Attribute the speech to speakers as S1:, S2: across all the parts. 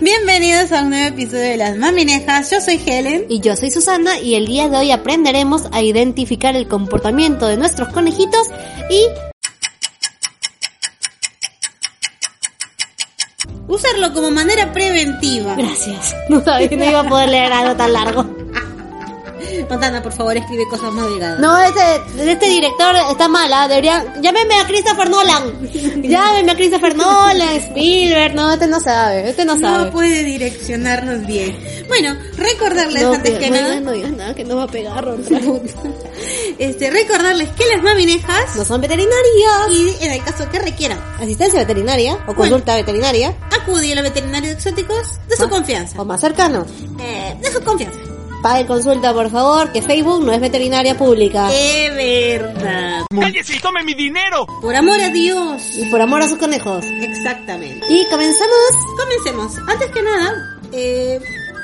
S1: Bienvenidos a un nuevo episodio de Las Maminejas. Yo soy Helen.
S2: Y yo soy Susana y el día de hoy aprenderemos a identificar el comportamiento de nuestros conejitos y
S1: Usarlo como manera preventiva.
S2: gracias. No sabía, no iba a poder leer algo tan largo.
S1: Montana, por favor, escribe cosas más delgadas.
S2: No, este, este director está mala, debería llámeme a Christopher Nolan. Llámeme a Christopher Nolan, Spielberg, no, este no sabe, este no
S1: No
S2: sabe.
S1: puede direccionarnos bien. Bueno, recordarles
S2: No, pues,
S1: antes que
S2: no
S1: nada,
S2: digas- no digas nada que no va a pegar, Ron.
S1: este, recordarles que las maminejas
S2: No son veterinarios.
S1: y en el caso que requieran,
S2: Asistencia veterinaria o consulta veterinaria
S1: acudir a los veterinarios exóticos de su
S2: Ah.
S1: confianza.
S2: o más cercano.
S1: Eh, de su confianza.
S2: Pague consulta, por favor, que Facebook no es veterinaria pública.
S1: De verdad.
S3: ¡Cállese y tome mi dinero!
S1: Por amor a Dios.
S2: Y por amor a sus conejos.
S1: Exactamente.
S2: Y comenzamos.
S1: Comencemos. Antes que nada, eh,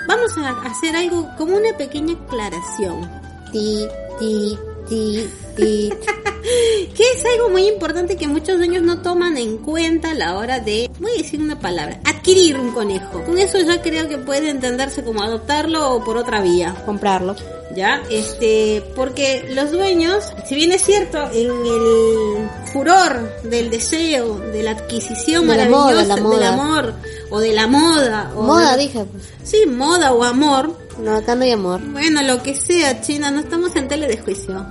S1: vamos a hacer algo como una pequeña aclaración.
S2: Ti, ti, ti, ti.
S1: Que es algo muy importante que muchos dueños no toman en cuenta a la hora de, voy a decir una palabra, adquirir un conejo. Con eso ya creo que puede entenderse como adoptarlo o por otra vía.
S2: Comprarlo.
S1: ¿Ya? Este, porque los dueños, si bien es cierto, en el furor del deseo, de la adquisición
S2: De la moda,
S1: maravillosa,
S2: la moda.
S1: del amor, o de la moda, o
S2: Moda,
S1: de-
S2: dije. pues.
S1: sí, moda o amor,
S2: No, acá no hay amor.
S1: bueno, lo que sea, China, no estamos en tele de juicio.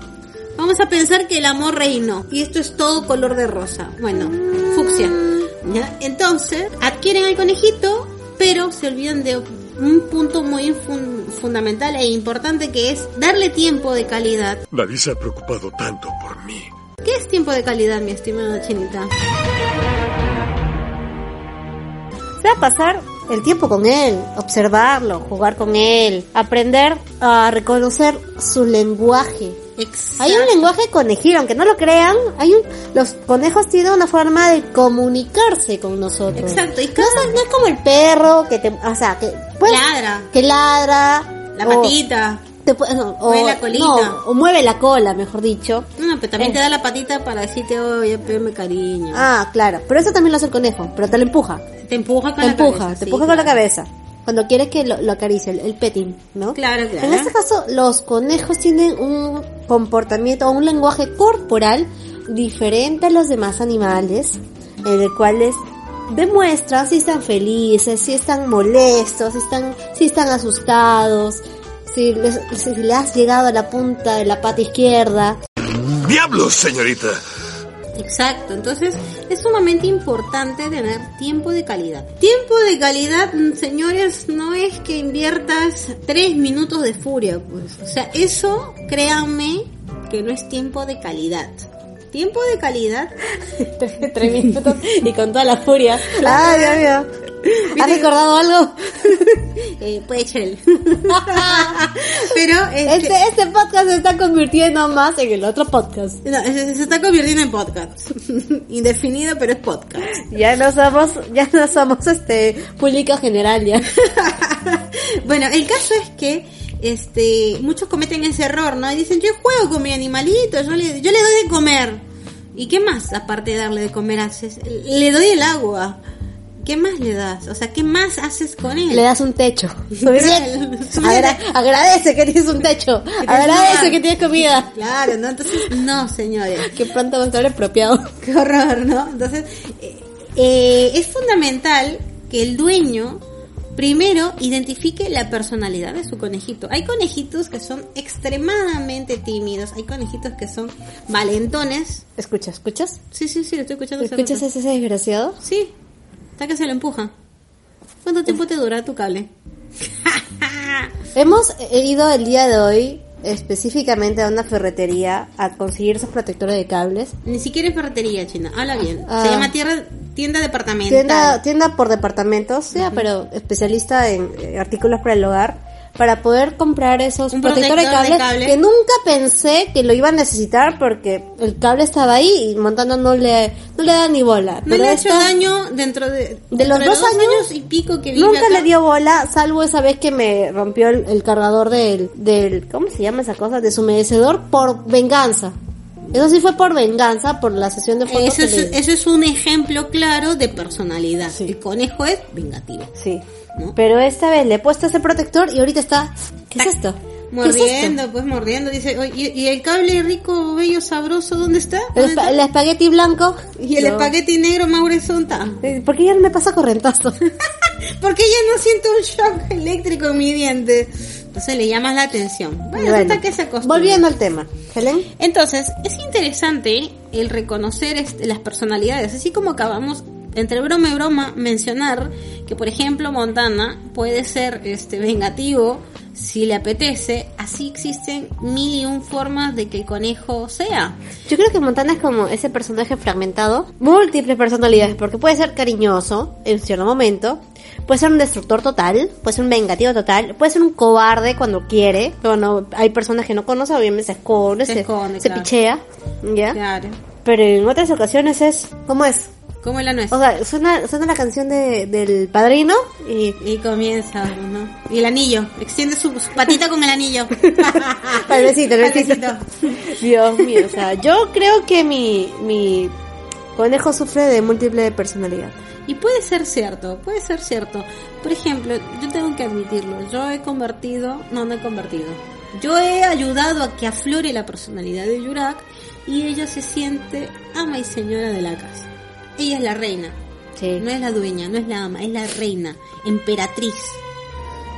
S1: Vamos a pensar que el amor reinó y esto es todo color de rosa. Bueno, fucsia. ¿ya? Entonces, adquieren al conejito, pero se olvidan de un punto muy fun- fundamental e importante que es darle tiempo de calidad.
S4: Nadie se ha preocupado tanto por mí.
S1: ¿Qué es tiempo de calidad, mi estimada Chinita?
S2: Se va a pasar el tiempo con él, observarlo, jugar con él, aprender a reconocer su lenguaje.
S1: Exacto.
S2: Hay un lenguaje conejil, aunque no lo crean, hay un, los conejos tienen una forma de comunicarse con nosotros.
S1: Exacto, y
S2: No,
S1: cada
S2: es- no es como el perro que te, o sea, que, pues, Oh.
S1: ladra,
S2: que ladra,
S1: la
S2: o-
S1: patita.
S2: te pu- no, o,
S1: Mueve la colita.
S2: no, o mueve la cola, mejor dicho.
S1: No, pero también te da la patita para decirte, oye, peme cariño.
S2: Eh. Ah, claro, pero eso también lo hace el conejo, pero te lo empuja,
S1: te empuja con
S2: te
S1: la
S2: empuja,
S1: cabeza.
S2: te
S1: sí,
S2: empuja con la
S1: claro.
S2: cabeza. Cuando quieres que lo, lo acaricie, el, el petting, ¿no?
S1: Claro, claro.
S2: En este caso, los conejos tienen un comportamiento o un lenguaje corporal diferente a los demás animales, en el cual les demuestran si están felices, si están molestos, si están, si están asustados, si, les, si le has llegado a la punta de la pata izquierda.
S4: ¡Diablos, señorita!
S1: Exacto, entonces es sumamente importante tener tiempo de calidad. Tiempo de calidad, mm, señores, no es que inviertas tres minutos de furia, pues. O sea, eso, créanme, que no es tiempo de calidad. Tiempo de calidad.
S2: Tres minutos y con toda la furia. Ah, Dios mío. ¿Has recordado algo?
S1: Eh, puede echar el- Pero este,
S2: Este, este podcast se está convirtiendo más en el otro podcast.
S1: no, se, se está convirtiendo en podcast. Indefinido, pero es podcast.
S2: Ya no somos, ya no somos este público general ya.
S1: bueno, el caso es que este muchos cometen ese error, ¿no? Y dicen, yo juego con mi animalito, yo le, yo le doy de comer. ¿Y qué más, aparte de darle de comer, haces? Le doy el agua. ¿Qué más le das? O sea, ¿qué más haces con él?
S2: Le das un techo.
S1: Bien.
S2: Agra- agradece que tienes un techo.
S1: tienes
S2: Agradece
S1: lugar.
S2: que tienes comida.
S1: Claro, ¿no? Entonces, no, señores.
S2: Que pronto va a estar apropiado.
S1: Qué horror, ¿no? Entonces, eh, eh, es fundamental que el dueño primero identifique la personalidad de su conejito. Hay conejitos que son extremadamente tímidos, hay conejitos que son valentones.
S2: Escucha, ¿escuchas?
S1: Sí, sí, sí, lo estoy escuchando. hace
S2: ¿Escuchas
S1: rato.
S2: ese desgraciado?
S1: Sí, hasta que se lo empuja. ¿Cuánto tiempo te dura tu cable?
S2: Hemos ido el día de hoy específicamente a una ferretería a conseguir esos protectores de cables.
S1: Ni siquiera es ferretería china, habla bien.
S2: Ah.
S1: Se llama tierra, tienda departamental.
S2: Tienda, tienda por departamentos, sea, pero especialista en eh, artículos para el hogar, para poder comprar esos
S1: Un
S2: protectores de
S1: protector de
S2: cables
S1: cable.
S2: que nunca pensé que lo iba a necesitar porque el cable estaba ahí y montando no le, no le da ni bola.
S1: No le ha hecho
S2: esta
S1: daño dentro de,
S2: De los
S1: dentro
S2: dos años,
S1: y pico que vive
S2: Nunca
S1: acá.
S2: le dio bola, salvo esa vez que me rompió el, el cargador del, del, ¿cómo se llama esa cosa? Deshumedecedor por venganza. Eso sí fue por venganza, por la sesión de fotos.
S1: Eh, Eso
S2: que
S1: es,
S2: le-
S1: eso es un ejemplo claro de personalidad.
S2: Sí.
S1: El conejo es vengativo.
S2: Sí.
S1: ¿no?
S2: Pero esta vez le he puesto ese protector y ahorita está. ¿Qué es esto? ¿Qué es
S1: Mordiendo,
S2: esto?
S1: pues mordiendo. Dice, "Oye, ¿y, y el cable rico, bello, sabroso, dónde está?
S2: El,
S1: ¿Dónde
S2: espa-
S1: está?
S2: el espagueti blanco.
S1: Y el
S2: No.
S1: espagueti negro más grueso, ¿dónde está?
S2: Eh, ¿Por qué ya no me pasa correntazo?
S1: Porque yo no siento un shock eléctrico en mi diente. Entonces le llamas la atención. Bueno,
S2: Bueno,
S1: hasta que se acostumbra.
S2: volviendo al tema. Helen.
S1: Entonces, es interesante el reconocer este, las personalidades, así como acabamos entre broma y broma mencionar que por ejemplo Montana puede ser este vengativo si le apetece, así existen mil y un formas de que el conejo sea.
S2: Yo creo que Montana es como ese personaje fragmentado. Múltiples personalidades. Porque puede ser cariñoso en cierto momento. Puede ser un destructor total. Puede ser un vengativo total. Puede ser un cobarde cuando quiere. Bueno, hay personas que no conoce. Obviamente se esconde.
S1: Se
S2: Se,
S1: esconde,
S2: se
S1: claro.
S2: pichea. ¿Ya?
S1: Claro.
S2: Pero en otras ocasiones es... ¿Cómo es?
S1: Como la nuez.
S2: O sea, suena, suena la canción de- del padrino y...
S1: Y comienza, ¿no? Y el anillo. Extiende su, su patita con el anillo.
S2: Padrecito,
S1: Ah, Padrecito.
S2: Dios mío, o sea, yo creo que mi, mi conejo sufre de múltiple personalidad.
S1: Y puede ser cierto, puede ser cierto. Por ejemplo, yo tengo que admitirlo, yo he convertido, no, no he convertido. Yo he ayudado a que aflore la personalidad de Yurak y ella se siente ama y señora de la casa. Ella es la reina,
S2: Sí.
S1: no es la dueña, no es la ama, es la reina, emperatriz.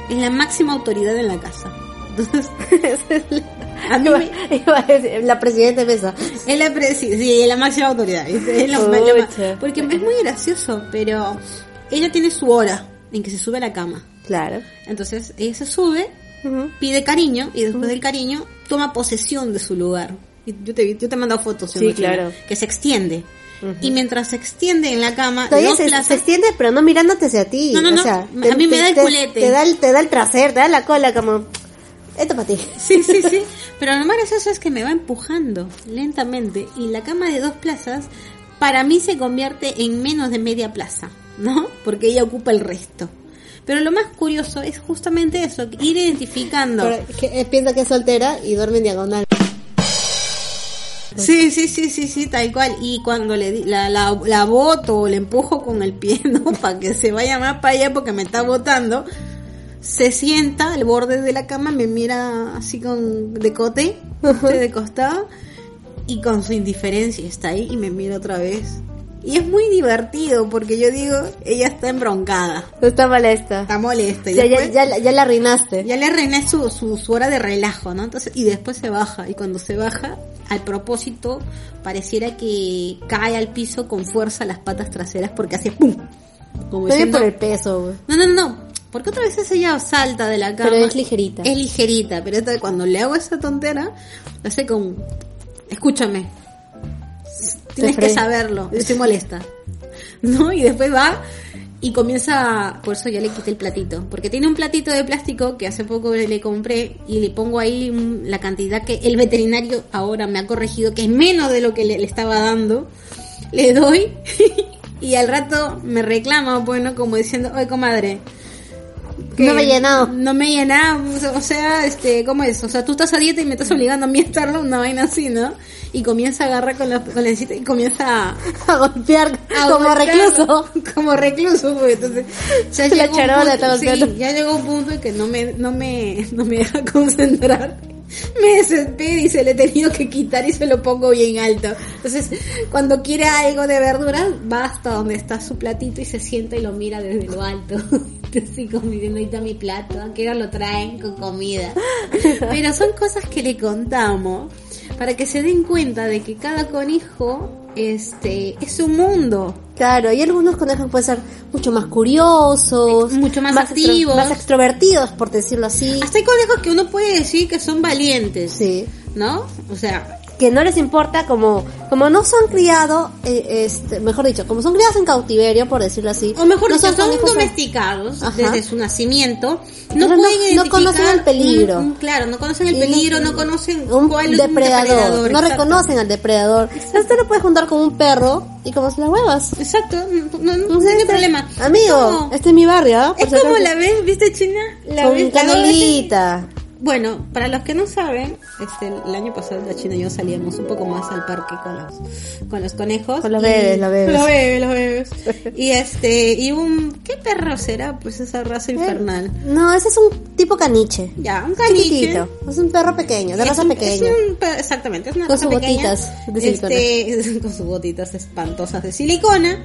S1: Es la máxima autoridad en la casa. Entonces, a mí
S2: Iba,
S1: me-
S2: iba a decir, la presidenta de mesa.
S1: es la, pre- sí, sí, es la máxima autoridad. es- es la- la- la-
S2: Pucha.
S1: porque es muy gracioso, pero ella tiene su hora en que se sube a la cama.
S2: Claro.
S1: Entonces ella se sube,
S2: Ujú.
S1: pide cariño y después
S2: Mm.
S1: del cariño toma posesión de su lugar. Y yo te, vi- yo te he mandado fotos.
S2: Sí,
S1: imagino,
S2: claro.
S1: Que se extiende. Y mientras se extiende en la cama,
S2: Todavía
S1: no
S2: se,
S1: place-
S2: se extiende, pero no mirándote hacia ti.
S1: No, no, no,
S2: O sea,
S1: a mí me da el culete.
S2: Te da el, te da el trasero, te da la cola, como. Esto para ti.
S1: Sí, sí, sí. Pero lo más gracioso es que me va empujando lentamente y la cama de dos plazas para mí se convierte en menos de media plaza, ¿no? Porque ella ocupa el resto. Pero lo más curioso es justamente eso, ir identificando.
S2: Pero que- eh, piensa que es soltera y duerme en diagonal.
S1: Sí, sí, sí, sí, sí, tal cual. Y cuando le di- la, la, la boto o le empujo con el pie, ¿no? Para que se vaya más para allá porque me está botando, se sienta al borde de la cama, me mira así con de cote, de costado, y con su indiferencia está ahí y me mira otra vez. Y es muy divertido porque yo digo, ella está embroncada,
S2: No está molesta.
S1: está molesta. Y
S2: Ya, ya,
S1: después-
S2: ya, la- ya la arruinaste.
S1: Ah, ya le arruiné su, su, su hora de relajo, ¿no? Entonces, y después se baja. Y cuando se baja, al propósito, pareciera que cae al piso con fuerza las patas traseras porque hace ¡pum! Como
S2: Debe
S1: diciendo,
S2: por el peso, güey.
S1: pues, No, no, no. Porque otra vez ella salta de la cama.
S2: Pero es ligerita.
S1: Es ligerita, pero esta- cuando le hago esa tontera, hace con... Escúchame. Tienes que
S2: fre-
S1: saberlo. Estoy molesta. ¿No? Y después va y comienza... Por eso ya le quité el platito. Porque tiene un platito de plástico que hace poco le compré y le pongo ahí mm, la cantidad que el veterinario ahora me ha corregido, que es menos de lo que le, le estaba dando. Le doy y al rato me reclama, bueno, como diciendo, oye, comadre, que
S2: No me he llenado.
S1: No me he llenado. o sea- O sea, este, ¿cómo es? O sea, tú estás a dieta y me estás obligando a mí a estarlo, una vaina así, ¿no? Y comienza a agarrar con la, con la encita y comienza a.
S2: A golpear
S1: a
S2: como
S1: golpear,
S2: recluso.
S1: Como recluso, pues entonces. Ya
S2: La
S1: llegó un
S2: charola
S1: punto-
S2: está golpeando.
S1: sí, ya llegó un punto en que no me, no me, no me deja concentrar. Me desespero y se le he tenido que quitar y se lo pongo bien alto. Entonces, cuando quiere algo de verduras, va hasta donde está su platito y se sienta y lo mira desde lo alto. Así como diciendo, ahí está mi plato, ¿a qué hora lo traen con comida? Pero son cosas que le contamos para que se den cuenta de que cada conejo este, es un mundo.
S2: Claro, y algunos conejos pueden ser mucho más curiosos,
S1: Mucho más
S2: extro-
S1: activos.
S2: más extrovertidos, por decirlo así.
S1: Hasta hay conejos que uno puede decir que son valientes,
S2: Sí.
S1: ¿no? O sea,
S2: Que no les importa, como, como no son criados, eh, este, mejor dicho, como son criados en cautiverio, por decirlo así.
S1: o mejor
S2: no
S1: dicho, son,
S2: conejos-
S1: domesticados
S2: Ajá.
S1: desde su nacimiento. No,
S2: Entonces, no-
S1: pueden
S2: no conocen el
S1: identificar-
S2: peligro.
S1: Mm, mm, claro, no conocen el
S2: Y no-
S1: peligro, no conocen
S2: un
S1: cuál es
S2: depredador,
S1: un depredador.
S2: no
S1: exacto.
S2: reconocen al depredador. Usted lo puede juntar con un perro y como se las huevas.
S1: Exacto, no, no, no,
S2: Entonces,
S1: no hay
S2: este-
S1: problema.
S2: Amigo,
S1: No.
S2: este es mi barrio, ¿ah? Por
S1: es
S2: si
S1: como
S2: acaso.
S1: la vez, ¿viste China? La
S2: con
S1: vez, la vez-
S2: canelita.
S1: Bueno, para los que no saben, este, el año pasado la China y yo salíamos un poco más al parque con los, con los conejos.
S2: Con los
S1: y-
S2: bebés, los bebés.
S1: Los bebés, los bebés. Y este, y un, ¿qué perro será? Pues esa raza
S2: Eh,
S1: infernal.
S2: No, ese es un tipo caniche.
S1: Ya, un caniche.
S2: Chiquitito. Es un perro pequeño, de
S1: Es
S2: raza
S1: un-
S2: pequeña.
S1: es un pe- exactamente, es una
S2: Con
S1: raza
S2: sus
S1: pequeña.
S2: botitas de silicona.
S1: Este, con sus botitas espantosas de silicona.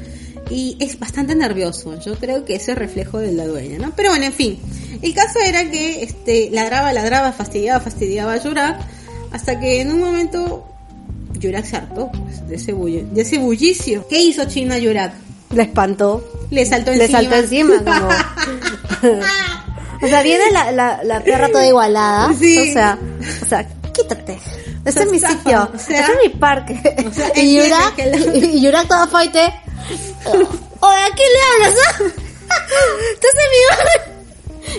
S1: Y es bastante nervioso. Yo creo que eso es reflejo de la dueña, ¿no? Pero bueno, en fin. El caso era que este, ladraba, ladraba, fastidiaba, fastidiaba a Yurak. Hasta que en un momento Yurak se hartó pues, de, ese bulli- de ese bullicio. ¿Qué hizo China Yurak?
S2: Le espantó.
S1: Le saltó
S2: Le
S1: encima.
S2: saltó encima, como. o sea, viene la, la, la perra toda igualada.
S1: Sí.
S2: O sea, o sea, quítate. Este es mi
S1: zafa,
S2: sitio.
S1: o sea-
S2: este es mi parque.
S1: O sea,
S2: y
S1: entiende
S2: Yura,
S1: que la-
S2: y Yura toda faite. O ¿a quién le hablas? ah? Tú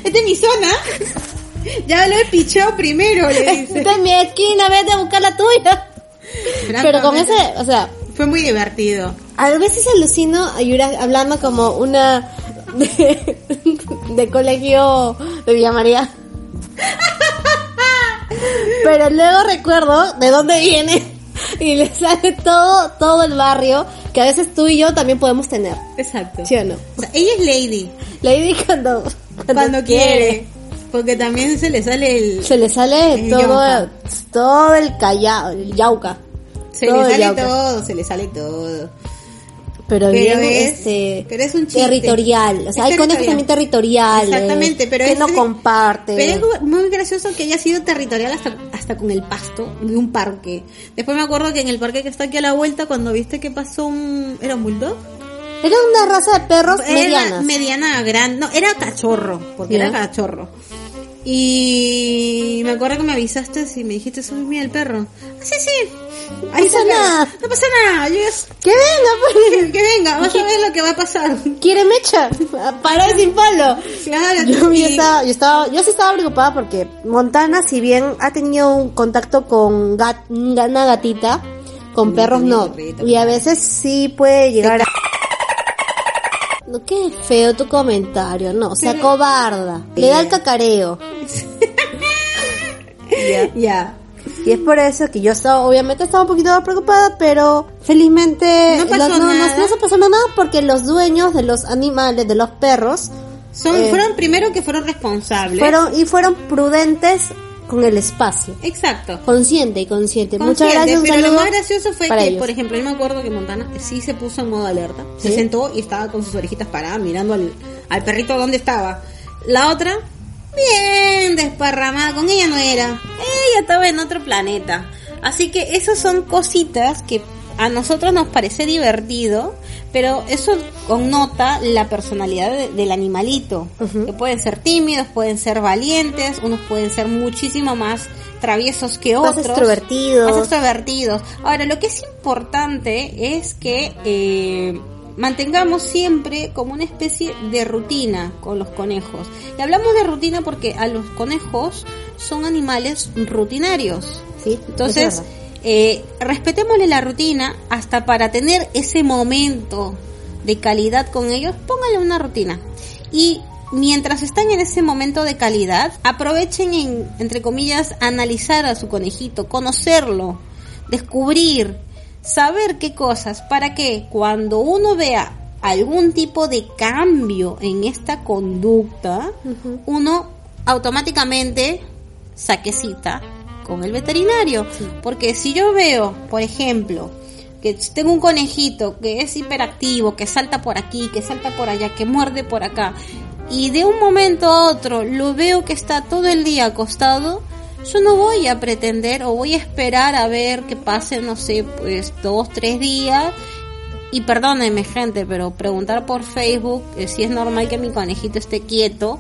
S1: Esta es mi zona. Ya lo he pichado primero, le
S2: es mi.
S1: dice.
S2: Esta es mi esquina, vete a buscar la tuya. Pero con ese, o sea,
S1: Fue muy divertido.
S2: A veces alucino a Yura hablando como una de, de colegio de Villa María. Pero luego recuerdo de dónde viene y le sale todo, todo el barrio que a veces tú y yo también podemos tener.
S1: Exacto.
S2: ¿Sí o no?
S1: O sea, ella es Lady.
S2: Lady cuando, cuando,
S1: Cuando quiere. Porque también se le sale el.
S2: Se le sale
S1: El
S2: todo,
S1: yauca.
S2: todo el callao, el yauca.
S1: Se
S2: todo el
S1: le sale
S2: yauca.
S1: todo, se le sale todo.
S2: Pero,
S1: Pero
S2: bien,
S1: es-
S2: este,
S1: pero es un chiste.
S2: territorial. O sea,
S1: Es
S2: hay
S1: territorial.
S2: conejos también territoriales.
S1: Exactamente, pero
S2: que
S1: es-
S2: no comparten.
S1: Pero es muy gracioso que haya sido territorial hasta, hasta con el pasto de un parque. Después me acuerdo que en el parque que está aquí a la vuelta, cuando viste que pasó un. ¿Era un bulldog?
S2: Era una raza de perros
S1: Era
S2: medianas.
S1: mediana, grande. No, era cachorro. Porque
S2: Ya.
S1: era cachorro. Y me acuerdo que me avisaste y me dijiste, soy mía el perro. Ah, sí, sí. Ahí
S2: pasa
S1: está el perro.
S2: nada.
S1: No pasa nada. Yo ya-
S2: Que venga,
S1: que, que venga, vas a ver lo que va a pasar.
S2: pues. ¿Quiere mecha? Parar sin palo.
S1: Claro,
S2: Yo,
S1: y-
S2: hubiera estado- yo, estaba, yo sí estaba preocupada porque Montana, si bien ha tenido un contacto con gat- una gatita, con perros
S1: tenía
S2: no.
S1: perrito.
S2: Y a veces sí puede llegar a... No, qué feo tu comentario, no. O sea, cobarda. Le da el cacareo.
S1: Ya. Ya.
S2: Y es por eso que yo estaba, obviamente estaba un poquito más preocupada, pero felizmente
S1: No pasó
S2: los- no, no-
S1: nada.
S2: no se pasó nada porque los dueños de los animales, de los perros,
S1: Son,
S2: Eh.
S1: fueron primero que fueron responsables.
S2: fueron y fueron prudentes con el espacio.
S1: Exacto.
S2: Consciente y consciente. Muchas
S1: Consciente,
S2: gracias. un
S1: Pero lo
S2: saludo
S1: más gracioso fue
S2: para
S1: que,
S2: ellos.
S1: por ejemplo, yo me acuerdo que Montana sí se puso en modo alerta.
S2: ¿Sí?
S1: Se sentó y estaba con sus orejitas paradas mirando al, al perrito donde estaba. La otra, bien desparramada, con ella no era. Ella estaba en otro planeta. Así que esas son cositas que a nosotros nos parece divertido, pero eso connota la personalidad de- del animalito. Que pueden ser tímidos, pueden ser valientes, unos pueden ser muchísimo más traviesos que
S2: Más
S1: otros.
S2: extrovertidos.
S1: Más extrovertidos. Ahora, lo que es importante es que eh, mantengamos siempre como una especie de rutina con los conejos. Y hablamos de rutina porque a los conejos son animales rutinarios.
S2: Sí, es
S1: Entonces,
S2: verdad.
S1: eh, respetémosle la rutina hasta para tener ese momento de calidad con ellos, pónganle una rutina. Y mientras están en ese momento de calidad, aprovechen en, entre comillas, analizar a su conejito, conocerlo, descubrir, saber qué cosas, para que cuando uno vea algún tipo de cambio en esta conducta, uno automáticamente saque cita con el veterinario. Porque si yo veo, por ejemplo, que tengo un conejito que es hiperactivo, que salta por aquí, que salta por allá, que muerde por acá, y de un momento a otro lo veo que está todo el día acostado, yo no voy a pretender o voy a esperar a ver que pase, no sé, pues dos, tres días y perdónenme gente, pero preguntar por Facebook eh, si es normal que mi conejito esté quieto,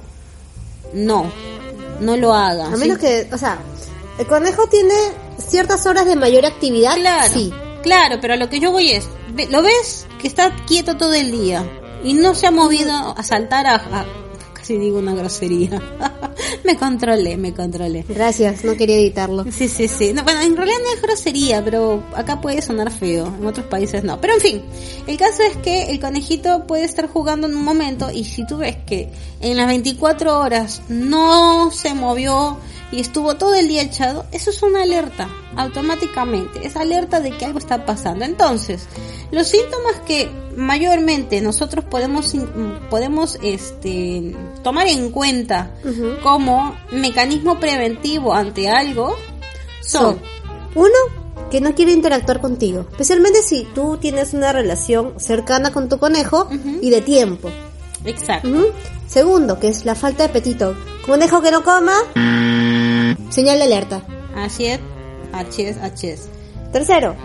S1: no, no lo hagan.
S2: A
S1: ah, Sí,
S2: menos que, o sea, el conejo tiene ciertas horas de mayor actividad.
S1: claro,
S2: Sí.
S1: claro, pero lo que yo voy es, ve- lo ves que está quieto todo el día y no se ha movido a saltar a, a- casi digo una grosería. me controlé, me controlé.
S2: Gracias, no quería editarlo.
S1: Sí, sí, sí. No, bueno, en realidad no es grosería, pero acá puede sonar feo. En otros países no. Pero en fin, el caso es que el conejito puede estar jugando en un momento y si tú ves que en las 24 horas no se movió y estuvo todo el día echado, eso es una alerta automáticamente, es alerta de que algo está pasando. Entonces, los síntomas que mayormente nosotros podemos, in- podemos este, tomar en cuenta
S2: Ujú.
S1: como mecanismo preventivo ante algo son
S2: Son, uno, que no quiere interactuar contigo. Especialmente si tú tienes una relación cercana con tu conejo
S1: Ujú.
S2: y de tiempo.
S1: Exacto.
S2: Ujú. Segundo, que es la falta de apetito. Conejo que no coma, señal de alerta.
S1: Así es, así es, así es.
S2: Tercero,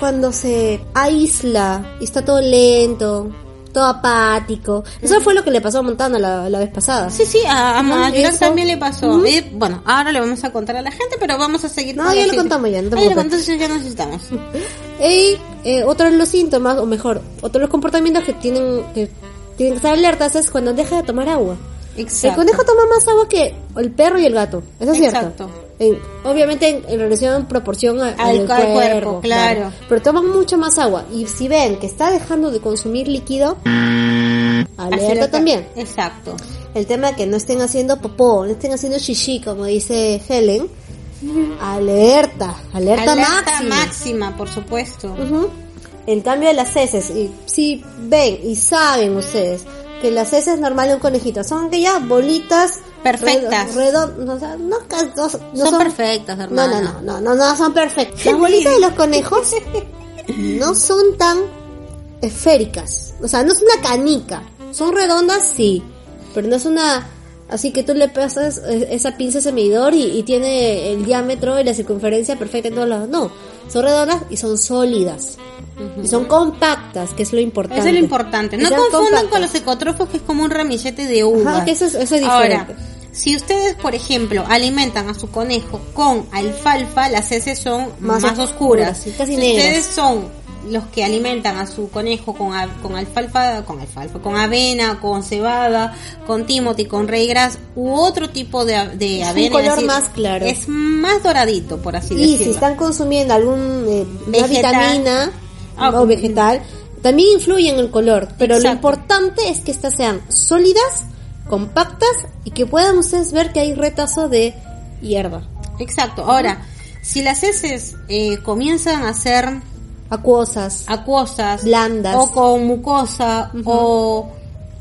S2: cuando se aísla y está todo lento, todo apático. Eso fue lo que le pasó a Montana la, la vez pasada.
S1: Sí, sí, a, a
S2: Ujú,
S1: Mayoral
S2: eso.
S1: también le pasó.
S2: Ujú.
S1: Eh, bueno, ahora le vamos a contar a la gente, pero vamos a seguir.
S2: No,
S1: con
S2: ya
S1: los
S2: lo contamos ya, no te
S1: Ah, ya lo
S2: preocupes. Mm.
S1: contamos, entonces ya nos necesitamos.
S2: Y eh, otro de los síntomas, o mejor, otro de los comportamientos que tienen que, tienen que estar alertas es cuando deja de tomar agua.
S1: Exacto.
S2: El conejo toma más agua que el perro y el gato. Eso es
S1: Exacto.
S2: cierto. En- obviamente en, en relación, en proporción a-
S1: Al- al cuerpo, claro.
S2: Pero toman mucho más agua. Y si ven que está dejando de consumir líquido,
S1: Así
S2: alerta
S1: lo-
S2: también.
S1: Exacto.
S2: El tema de que no estén haciendo popó, no estén haciendo shishi, como dice Helen. Alerta, alerta, máxima. Mm,
S1: máxima, por supuesto.
S2: Ujú. En cambio de las heces, y si ven y saben ustedes que las heces normales de un conejito son aquellas bolitas
S1: Perfectas.
S2: redondas, no, o sea, no, ca- no son,
S1: Son perfectas,
S2: no,
S1: hermana.
S2: no, no, no, no, no son perfectas. Las bolitas de los conejos no son tan esféricas, o sea, no es una canica, son redondas sí, pero no es una Así que tú le pasas eh, esa pinza a ese medidor y, y tiene el diámetro y la circunferencia perfecta en todos lados. No, son redondas y son sólidas. Y son compactas, que es lo importante.
S1: Eso es lo importante. No
S2: Sean
S1: confundan
S2: compactas.
S1: con los ecotrofos, que es como un ramillete de uvas.
S2: Ajá, que eso es- eso es
S1: Ahora,
S2: diferente.
S1: si ustedes, por ejemplo, alimentan a su conejo con alfalfa, las heces son
S2: Más
S1: más,
S2: oscuras,
S1: oscuras.
S2: sí, casi
S1: si
S2: negras.
S1: ustedes son los que alimentan a su conejo con, a- con alfalfa, con alfalfa, con avena, con cebada, con timothy, con rey gras u otro tipo de, a- de
S2: Es un
S1: avena.
S2: color
S1: es decir,
S2: más claro.
S1: Es más doradito, por así
S2: Y
S1: decirlo.
S2: si están consumiendo algún eh, una
S1: Vegetal.
S2: vitamina
S1: Ah,
S2: o
S1: con-
S2: vegetal, también influye en el color. Pero lo
S1: Exacto.
S2: importante es que estas sean sólidas, compactas y que puedan ustedes ver que hay retazo de hierba.
S1: Exacto. Ahora, si las heces eh, comienzan a ser Ah,
S2: Acuosas.
S1: acuosas,
S2: Blandas.
S1: o con mucosa, o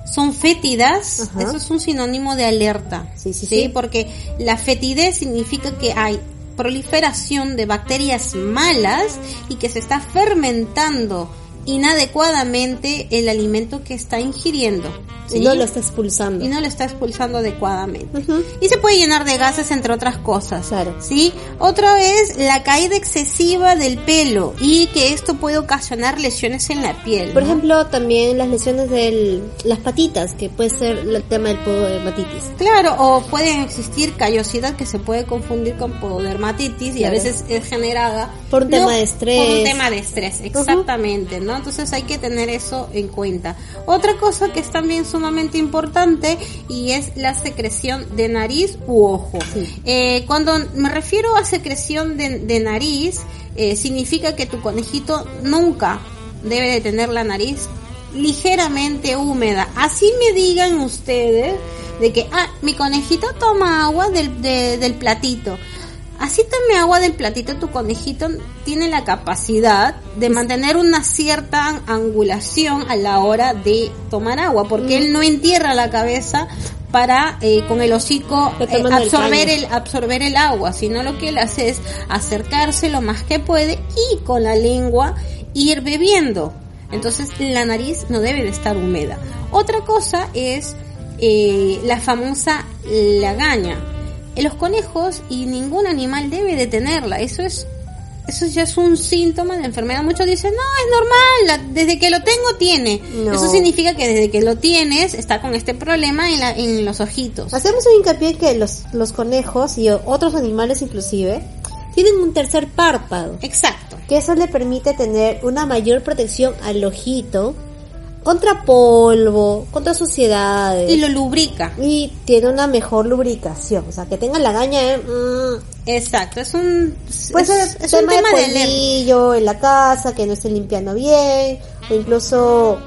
S1: son fétidas,
S2: Ajá.
S1: eso es un sinónimo de alerta.
S2: Sí, sí, sí.
S1: Porque la fetidez significa que hay proliferación de bacterias malas y que se está fermentando inadecuadamente el alimento que está ingiriendo.
S2: y
S1: ¿sí?
S2: no lo está expulsando.
S1: y no lo está expulsando adecuadamente.
S2: Ujú.
S1: Y se puede llenar de gases, entre otras cosas.
S2: Claro.
S1: ¿sí? Otra es la caída excesiva del pelo y que esto puede ocasionar lesiones en la piel.
S2: Por
S1: ¿no?
S2: ejemplo, también las lesiones de las patitas, que puede ser el tema del pododermatitis.
S1: Claro, o pueden existir callosidad que se puede confundir con pododermatitis y a
S2: Claro.
S1: veces es generada
S2: Por un tema de estrés.
S1: Por un tema de estrés, exactamente, ¿no? Entonces hay que tener eso en cuenta. Otra cosa que es también sumamente importante y es la secreción de nariz u ojo.
S2: Sí.
S1: Eh, cuando me refiero a secreción de, de nariz, eh, significa que tu conejito nunca debe de tener la nariz ligeramente húmeda. Así me digan ustedes de que, ah, mi conejito toma agua del, de- del platito. Así tome agua del platito, tu conejito tiene la capacidad de mantener una cierta angulación a la hora de tomar agua,
S2: Mm.
S1: porque él no entierra la cabeza para eh, con el hocico
S2: Está
S1: eh,
S2: tomando el
S1: absorber
S2: caño.
S1: el absorber el agua, sino lo que él hace es acercarse lo más que puede y con la lengua ir bebiendo. Entonces la nariz no debe de estar húmeda. Otra cosa es eh, la famosa lagaña. Eh, Los conejos y ningún animal debe de tenerla. Eso es eso ya es un síntoma de enfermedad. Muchos dicen, no, es normal, la- desde que lo tengo tiene.
S2: No.
S1: Eso significa que desde que lo tienes está con este problema en, la- en los ojitos.
S2: Hacemos un hincapié que los, los conejos y o- otros animales inclusive tienen un tercer párpado,
S1: Exacto.
S2: que eso le permite tener una mayor protección al ojito contra polvo, contra suciedades
S1: Y
S2: y,
S1: lo lubrica.
S2: tiene una mejor lubricación, o sea, que tenga la gaña eh, mm, pues
S1: Exacto. Es un,
S2: Puede
S1: es,
S2: ser
S1: es un tema de alerta.
S2: polvillo en la casa, que no esté limpiando bien, o incluso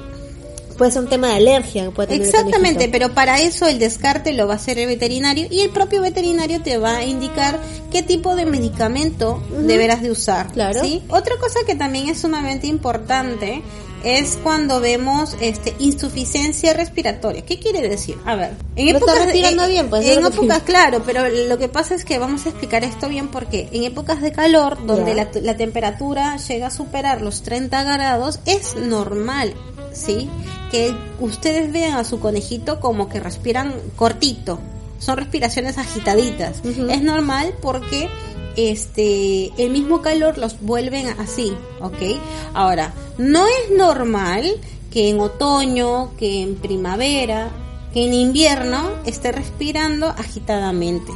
S2: puede ser un tema de alergia que puede tener el
S1: Exactamente,
S2: conejito.
S1: pero para eso el descarte lo va a hacer el veterinario y el propio veterinario te va a indicar qué tipo de medicamento deberás de usar.
S2: Claro.
S1: ¿sí? Otra cosa que también es sumamente importante es cuando vemos este insuficiencia respiratoria. ¿Qué quiere decir? A ver, en
S2: No está
S1: épocas de-
S2: respirando
S1: en-
S2: bien, pues,
S1: en
S2: es lo que-
S1: épocas claro, pero lo que pasa es que vamos a explicar esto bien porque en épocas de calor, donde
S2: Ya.
S1: la, la temperatura llega a superar los 30 grados, es normal, ¿sí? Que ustedes vean a su conejito como que respiran cortito, son respiraciones agitaditas.
S2: Ujú.
S1: Es normal porque este el mismo calor los vuelven así, ¿ok? Ahora, no es normal que en otoño, que en primavera, que en invierno esté respirando agitadamente.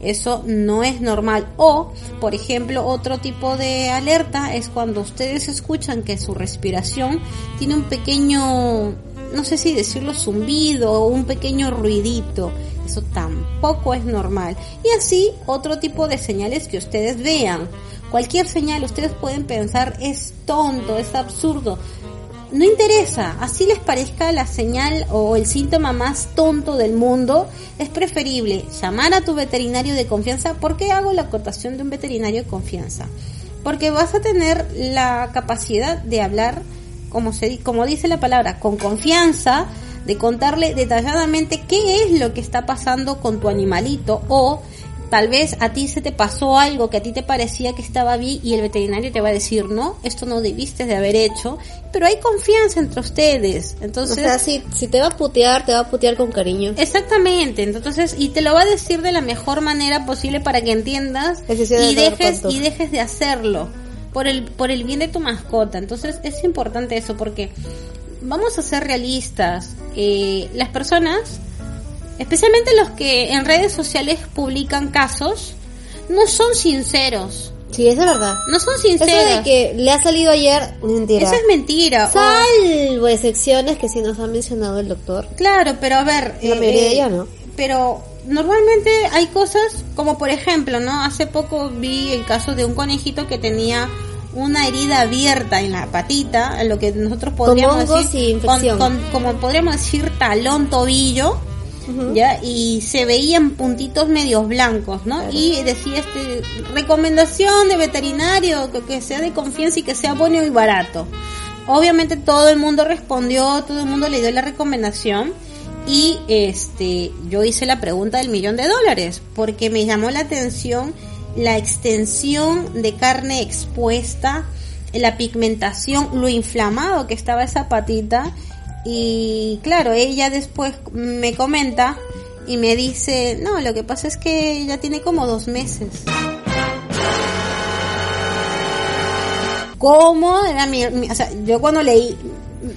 S1: Eso no es normal. O, por ejemplo, otro tipo de alerta es cuando ustedes escuchan que su respiración tiene un pequeño, no sé si decirlo zumbido o un pequeño ruidito. Eso tampoco es normal. Y así otro tipo de señales que ustedes vean. Cualquier señal ustedes pueden pensar es tonto, es absurdo. No interesa, así les parezca la señal o el síntoma más tonto del mundo, es preferible llamar a tu veterinario de confianza. ¿Por qué hago la acotación de un veterinario de confianza? Porque vas a tener la capacidad de hablar, como, se, di- como dice la palabra, con confianza, de contarle detalladamente qué es lo que está pasando con tu animalito o Tal vez a ti se te pasó algo que a ti te parecía que estaba bien y el veterinario te va a decir, no, esto no debiste de haber hecho, pero hay confianza entre ustedes.
S2: O
S1: Entonces, Eh,
S2: sea, si, si te va a putear, te va a putear con cariño.
S1: exactamente, entonces, y te lo va a decir de la mejor manera posible para que entiendas
S2: Es decir, de
S1: y
S2: tener
S1: dejes,
S2: control.
S1: y dejes de hacerlo por el, por el bien de tu mascota. Entonces, es importante eso porque vamos a ser realistas. eh, las personas especialmente los que en redes sociales publican casos, no son sinceros.
S2: Sí, eso es verdad.
S1: No son
S2: Eso
S1: sinceros.
S2: de que le ha salido ayer, mentira.
S1: Eso es mentira. o-
S2: Salvo excepciones que sí nos ha mencionado el doctor.
S1: Claro, pero a ver. eh,
S2: La mayoría de ellas no.
S1: Pero normalmente hay cosas como, por ejemplo, ¿no? Hace poco vi el caso de un conejito que tenía una herida abierta en la patita, en lo que nosotros podríamos
S2: hongos
S1: decir.
S2: y infección.
S1: como podríamos decir talón, tobillo. ¿Ya? Y se veían puntitos medios blancos, ¿no? Y decía este, recomendación de veterinario, que, que sea de confianza y que sea bueno y barato. Obviamente todo el mundo respondió, todo el mundo le dio la recomendación y este yo hice la pregunta del millón de dólares porque me llamó la atención la extensión de carne expuesta, la pigmentación, lo inflamado que estaba esa patita y claro, ella después me comenta y me dice, no, lo que pasa es que ya tiene como dos meses. ¿Cómo era mi, mi- o sea, yo cuando leí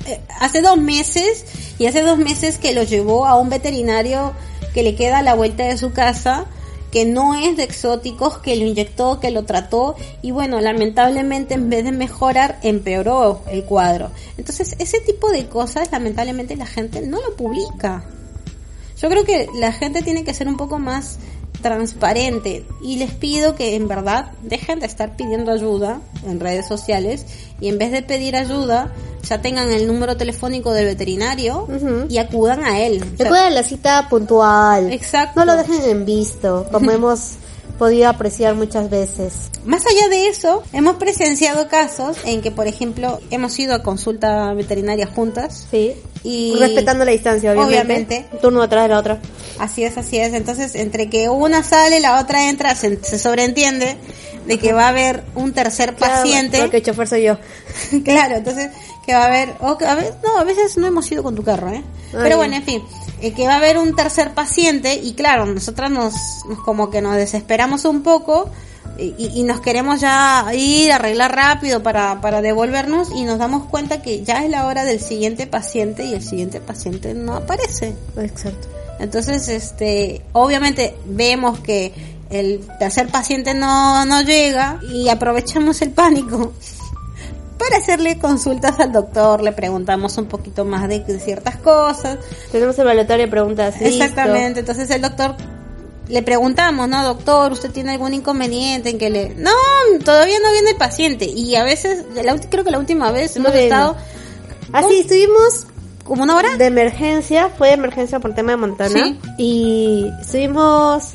S1: eh, hace dos meses y hace dos meses que lo llevó a un veterinario que le queda a la vuelta de su casa que no es de exóticos, que lo inyectó, que lo trató y bueno, lamentablemente en vez de mejorar empeoró el cuadro. Entonces, ese tipo de cosas lamentablemente la gente no lo publica. Yo creo que la gente tiene que ser un poco más transparente y les pido que en verdad dejen de estar pidiendo ayuda en redes sociales y en vez de pedir ayuda ya tengan el número telefónico del veterinario
S2: Ujú.
S1: y acudan a él. O sea,
S2: Recuerda la cita puntual.
S1: Exacto.
S2: No lo dejen en visto, como hemos podido apreciar muchas veces.
S1: Más allá de eso, hemos presenciado casos en que, por ejemplo, hemos ido a consulta veterinaria juntas
S2: Sí.
S1: y
S2: Respetando la distancia, obviamente.
S1: Obviamente.
S2: Turno atrás de la otra.
S1: Así es, así es. Entonces, entre que una sale, la otra entra, se, se sobreentiende de que va a haber un tercer paciente.
S2: Porque el chofer soy yo.
S1: claro, entonces que va a haber, o que a veces, no, a veces no hemos ido con tu carro, ¿eh? Pero bueno, en fin, eh, que va a haber un tercer paciente y claro, nosotras nos, nos como que nos desesperamos un poco y, y- y nos queremos ya ir, arreglar rápido para, para devolvernos y nos damos cuenta que ya es la hora del siguiente paciente y el siguiente paciente no aparece.
S2: Exacto.
S1: Entonces, este, obviamente vemos que el tercer paciente no, no llega y aprovechamos el pánico para hacerle consultas al doctor, le preguntamos un poquito más de, de ciertas cosas.
S2: Tenemos el balotario de preguntas. ¿listo?
S1: Exactamente, entonces el doctor le preguntamos, ¿no? Doctor, ¿usted tiene algún inconveniente en que le... No, todavía no viene el paciente y a veces, la ulti- creo que la última vez
S2: No
S1: hemos
S2: viene.
S1: estado...
S2: Así estuvimos
S1: como una hora.
S2: de emergencia, fue de emergencia por el tema de Montana.
S1: Sí.
S2: Y estuvimos,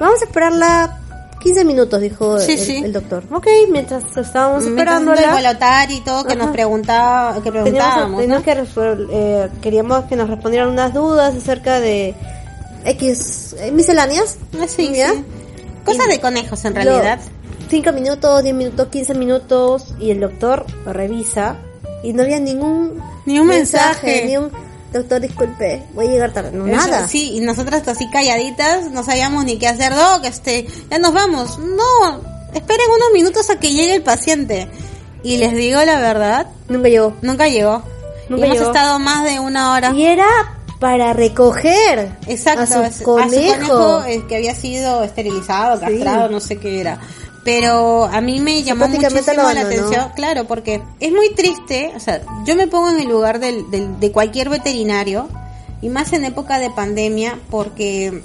S2: vamos a esperarla 15 minutos, dijo
S1: Sí,
S2: el,
S1: sí.
S2: el doctor. Ok, mientras estábamos
S1: Mientras haciendo el
S2: esperándola,
S1: balotario y todo que
S2: Ajá.
S1: nos preguntaba, que
S2: teníamos,
S1: preguntábamos.
S2: teníamos que resuel- eh, queríamos que nos respondieran unas dudas acerca de X eh, misceláneas.
S1: Ah, sí,
S2: ¿ya?
S1: sí. Cosas de conejos en realidad.
S2: 5 minutos, 10 minutos, 15 minutos y el doctor lo revisa y no había ningún
S1: Ni un mensaje.
S2: ni un doctor disculpe, voy a llegar tarde, no,
S1: Eso,
S2: nada.
S1: sí, y nosotras así calladitas, no sabíamos ni qué hacer, doc, este, ya nos vamos. No, esperen unos minutos a que llegue el paciente. Y les digo la verdad,
S2: Nunca llegó.
S1: nunca llegó.
S2: Nunca
S1: Y hemos
S2: llegó.
S1: estado más de una hora.
S2: Y era para recoger
S1: Exacto,
S2: a su
S1: es-
S2: conejo.
S1: eh, que había sido esterilizado,
S2: Sí.
S1: castrado, no sé qué era. Pero a mí me llamó
S2: prácticamente
S1: muchísimo
S2: lo
S1: la
S2: abandonó.
S1: atención, claro, porque es muy triste, o sea, yo me pongo en el lugar del, del- de cualquier veterinario, y más en época de pandemia, porque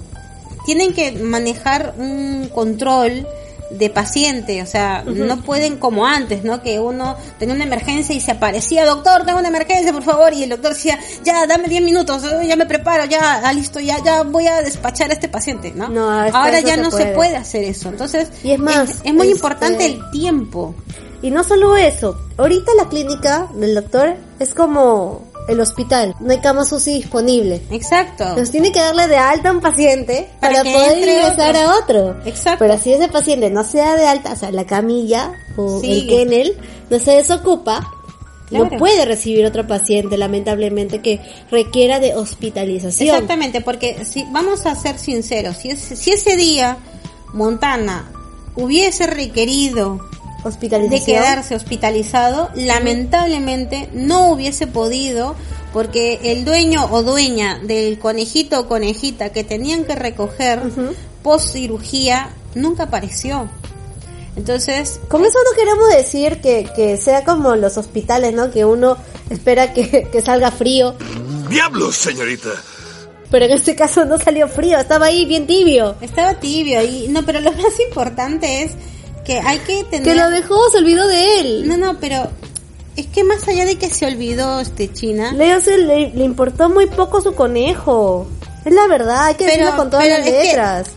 S1: tienen que manejar un control de paciente, o sea, no pueden como antes, ¿no? Que uno tenía una emergencia y se aparecía, doctor, tengo una emergencia, por favor, y el doctor decía, ya, dame 10 minutos, eh, ya me preparo, ya, ah, listo, ya, ya voy a despachar a este paciente, ¿no?
S2: No, hasta
S1: Ahora
S2: eso
S1: ya
S2: se
S1: no se
S2: puede.
S1: puede hacer eso, entonces
S2: Y es más,
S1: es, es muy
S2: este-
S1: importante el tiempo.
S2: Y no solo eso, ahorita la clínica del doctor es como el hospital, no hay cama UCI disponible.
S1: Exacto.
S2: Nos tiene que darle de alta a un paciente
S1: Para
S2: para,
S1: que
S2: poder
S1: entre
S2: ingresar
S1: otro.
S2: a otro.
S1: Exacto.
S2: Pero si ese paciente no se da de alta, o sea, la camilla o
S1: Sí.
S2: el kennel no se desocupa,
S1: Claro.
S2: no puede recibir otro paciente, lamentablemente, que requiera de hospitalización.
S1: Exactamente, porque si vamos a ser sinceros, si, ese- si ese día Montana hubiese requerido de
S2: Hospitalización.
S1: quedarse hospitalizado, lamentablemente no hubiese podido porque el dueño o dueña del conejito o conejita que tenían que recoger
S2: Ujú.
S1: post cirugía nunca apareció. Entonces,
S2: Con eso no queremos decir que, que sea como los hospitales, ¿no? Que uno espera que, que salga frío,
S4: ¡Diablos, señorita!
S2: pero en este caso no salió frío, estaba ahí bien tibio.
S1: estaba tibio y no, pero lo más importante es que hay que tener
S2: Que lo dejó, se olvidó de él.
S1: No, no, pero es que más allá de que se olvidó este China,
S2: Leo se le, le importó muy poco su conejo. Es la verdad, hay que
S1: Pero-
S2: decirlo con todas
S1: pero
S2: las
S1: es que-
S2: letras.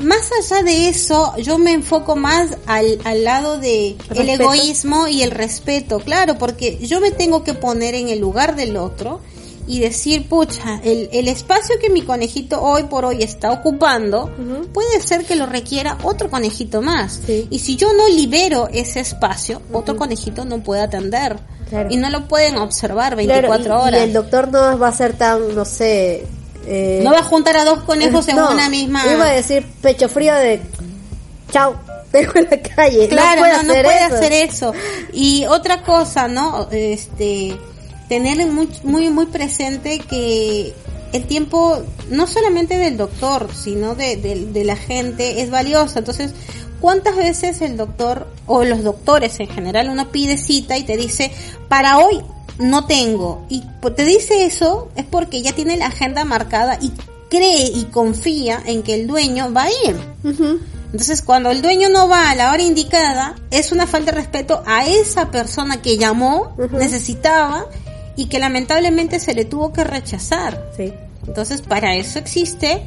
S1: más allá de eso, yo me enfoco más al, al lado de el
S2: Respeto.
S1: egoísmo y el respeto, claro, porque yo me tengo que poner en el lugar del otro y decir, pucha, el, el espacio que mi conejito hoy por hoy está ocupando,
S2: Ujú.
S1: puede ser que lo requiera otro conejito más.
S2: Sí.
S1: Y si yo no libero ese espacio, otro conejito no puede atender.
S2: Claro.
S1: Y no lo pueden observar
S2: Claro,
S1: 24
S2: y-
S1: horas.
S2: Y el doctor no va a ser tan, no sé. eh,
S1: No va a juntar a dos conejos en
S2: no,
S1: una misma.
S2: Iba a decir pecho frío de. Chao, te dejo en la calle.
S1: Claro, no
S2: no puede,
S1: no
S2: hacer,
S1: puede
S2: eso.
S1: hacer e- eso. Y otra cosa, ¿no? Este, tener muy, muy, muy presente que el tiempo, no solamente del doctor, sino de, de- de la gente, es valioso. Entonces, ¿cuántas veces el doctor o los doctores en general uno pide cita y te dice, para hoy no tengo? Y po- te dice eso es porque ya tiene la agenda marcada y cree y confía en que el dueño va a ir.
S2: Ujú.
S1: Entonces, cuando el dueño no va a la hora indicada, es una falta de respeto a esa persona que llamó,
S2: Ujú.
S1: necesitaba y que lamentablemente se le tuvo que rechazar.
S2: Sí.
S1: Entonces, para eso existe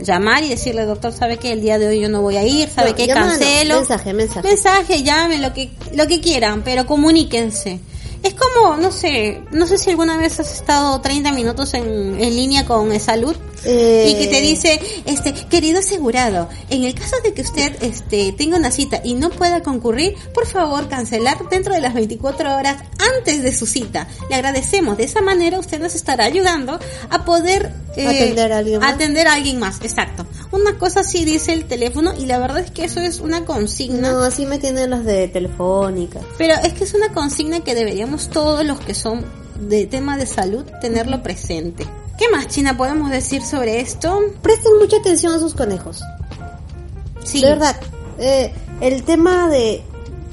S1: llamar y decirle, doctor, sabe que el día de hoy yo no voy a ir, sabe
S2: No,
S1: que
S2: llamada no,
S1: cancelo.
S2: Mensaje, mensaje.
S1: Mensaje, llamen, lo que, lo que quieran, pero comuníquense. Es como, no sé, no sé si alguna vez has estado 30 minutos en, en línea con eh, salud
S2: Eh,
S1: y que te dice, este, querido asegurado, en el caso de que usted este, tenga una cita y no pueda concurrir, por favor cancelar dentro de las 24 horas antes de su cita. Le agradecemos, de esa manera usted nos estará ayudando a poder eh,
S2: Atender a alguien más.
S1: atender a alguien más, exacto. Una cosa así dice el teléfono y la verdad es que eso es una consigna.
S2: No, así me tienen los de Telefónica.
S1: Pero es que es una consigna que deberíamos todos los que son de tema de salud tenerlo presente. ¿Qué más, China, podemos decir sobre esto?
S2: Presten mucha atención a sus conejos.
S1: Sí.
S2: De verdad. eh, el tema de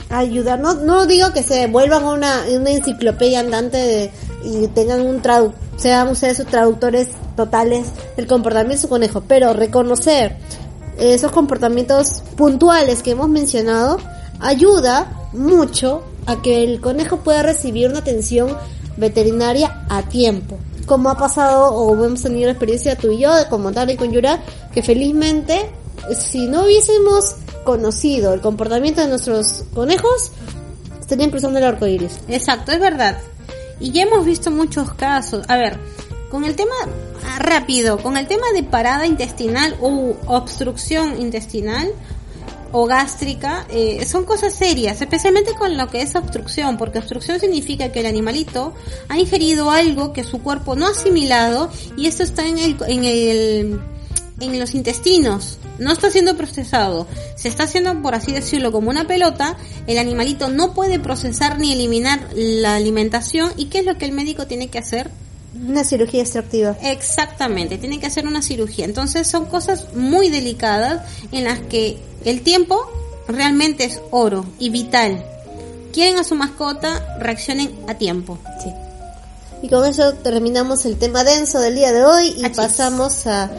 S2: ayudar, no, no digo que se vuelvan una, una enciclopedia andante de- y tengan un tradu sean ustedes sus traductores totales del comportamiento de su conejo, pero reconocer esos comportamientos puntuales que hemos mencionado ayuda mucho a que el conejo pueda recibir una atención veterinaria a tiempo. Como ha pasado o hemos tenido la experiencia tú y yo de comentar y con Yura, que felizmente si no hubiésemos conocido el comportamiento de nuestros conejos, estarían cruzando el arco iris.
S1: Exacto, es verdad. Y ya hemos visto muchos casos. A ver, con el tema ah, rápido, con el tema de parada intestinal u obstrucción intestinal o gástrica, eh, son cosas serias, especialmente con lo que es obstrucción, porque obstrucción significa que el animalito ha ingerido algo que su cuerpo no ha asimilado y esto está en el, en el en los intestinos. No está siendo procesado. Se está haciendo, por así decirlo, como una pelota. El animalito no puede procesar ni eliminar la alimentación. ¿Y qué es lo que el médico tiene que hacer?
S2: Una cirugía extractiva.
S1: Exactamente, tiene que hacer una cirugía. Entonces son cosas muy delicadas en las que el tiempo realmente es oro y vital. Quieren a su mascota, reaccionen a tiempo.
S2: Sí. Y con eso terminamos el tema denso del día de hoy y
S1: Achis.
S2: pasamos a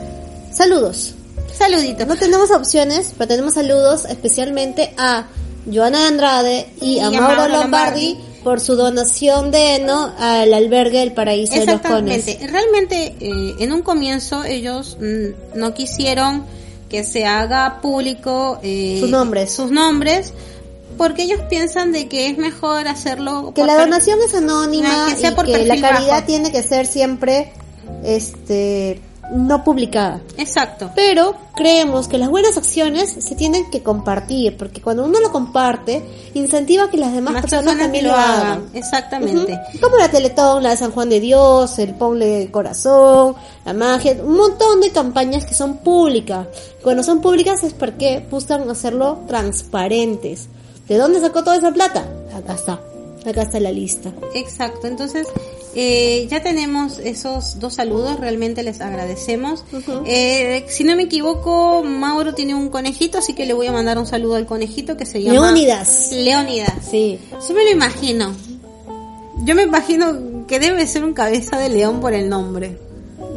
S2: saludos.
S1: Saluditos.
S2: No tenemos opciones, pero tenemos saludos especialmente a Joana Andrade y, a
S1: Y a
S2: Mauro
S1: Mauro
S2: Lombardi,
S1: Lombardi.
S2: por su donación de heno al albergue del Paraíso de los Cones.
S1: Exactamente. Realmente, eh, en un comienzo ellos mm, no quisieron que se haga público eh,
S2: Sus nombres.
S1: sus nombres, porque ellos piensan de que es mejor hacerlo
S2: Que
S1: por
S2: la
S1: per-
S2: donación es anónima
S1: Ah, que sea
S2: y
S1: por
S2: que la
S1: perfil
S2: caridad
S1: bajo.
S2: tiene que ser siempre este no publicada.
S1: Exacto.
S2: Pero creemos que las buenas acciones se tienen que compartir, porque cuando uno lo comparte, incentiva que las demás
S1: Más
S2: personas,
S1: personas que
S2: también lo hagan.
S1: Exactamente.
S2: Ujú. Como la Teletón, la de San Juan de Dios, el Ponle Corazón, la magia, un montón de campañas que son públicas. Cuando son públicas es porque buscan hacerlo transparentes. ¿De dónde sacó toda esa plata? Acá está. Acá está la lista.
S1: Exacto, entonces eh, ya tenemos esos dos saludos, realmente les agradecemos.
S2: Ujú.
S1: Eh, si no me equivoco, Mauro tiene un conejito, así que le voy a mandar un saludo al conejito que se llama
S2: Leónidas.
S1: Leónidas.
S2: Sí.
S1: Yo me lo imagino. Yo me imagino que debe ser un cabeza de león por el nombre.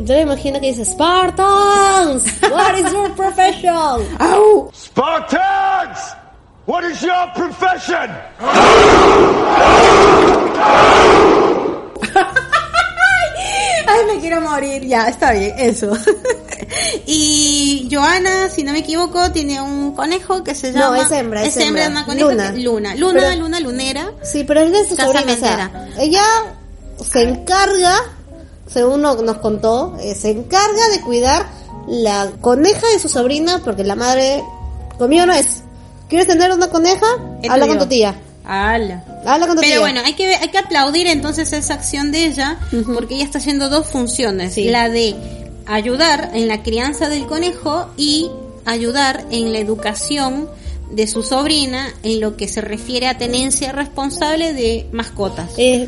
S2: Yo me imagino que dice Spartans, what is your profession?
S1: ¡Au!
S4: Spartans! What is your profession?
S1: Ay, me quiero morir. Ya, está bien, eso. y Joana, si no me equivoco, tiene un conejo que se
S2: No,
S1: llama...
S2: es hembra, es hembra.
S1: una coneja
S2: Luna.
S1: que- Luna. Luna,
S2: Pero-
S1: luna, lunera.
S2: Sí, pero es de su
S1: Casa
S2: sobrina. o sea,
S1: Mentera.
S2: ella se encarga, según no- nos contó, eh, se encarga de cuidar la coneja de su sobrina porque la madre conmigo no es. ¿Quieres tener una coneja?
S1: ¿Qué te
S2: Habla con
S1: digo?
S2: tu tía.
S1: Ala.
S2: Habla con tu tía.
S1: Pero bueno, hay que, ver- hay que aplaudir entonces esa acción de ella,
S2: Ujú.
S1: porque ella está haciendo dos funciones.
S2: Sí.
S1: La de ayudar en la crianza del conejo y ayudar en la educación de su sobrina en lo que se refiere a tenencia responsable de mascotas.
S2: Eh,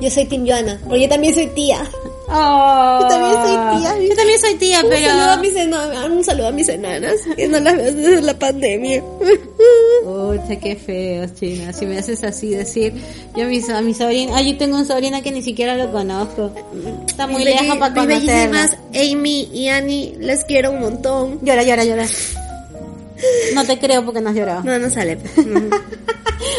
S2: yo soy Tim Joana, pero yo también soy tía.
S1: Oh.
S2: Yo también soy tía.
S1: Yo también soy tía,
S2: Un saludo a
S1: pero...
S2: mis, eno- un saludo a mis enanas, que no las veo desde la pandemia.
S1: Pucha, qué feo, China. Si me haces así decir, yo a mi, so- a mi sobrina, ay, yo tengo una sobrina que ni siquiera lo conozco. Está muy
S2: Mis
S1: lejos
S2: belli-
S1: para
S2: mis
S1: conocerla.
S2: bellísimas Amy y Annie, les quiero un montón.
S1: Llora, llora, llora. No te creo porque no has llorado.
S2: No, no sale.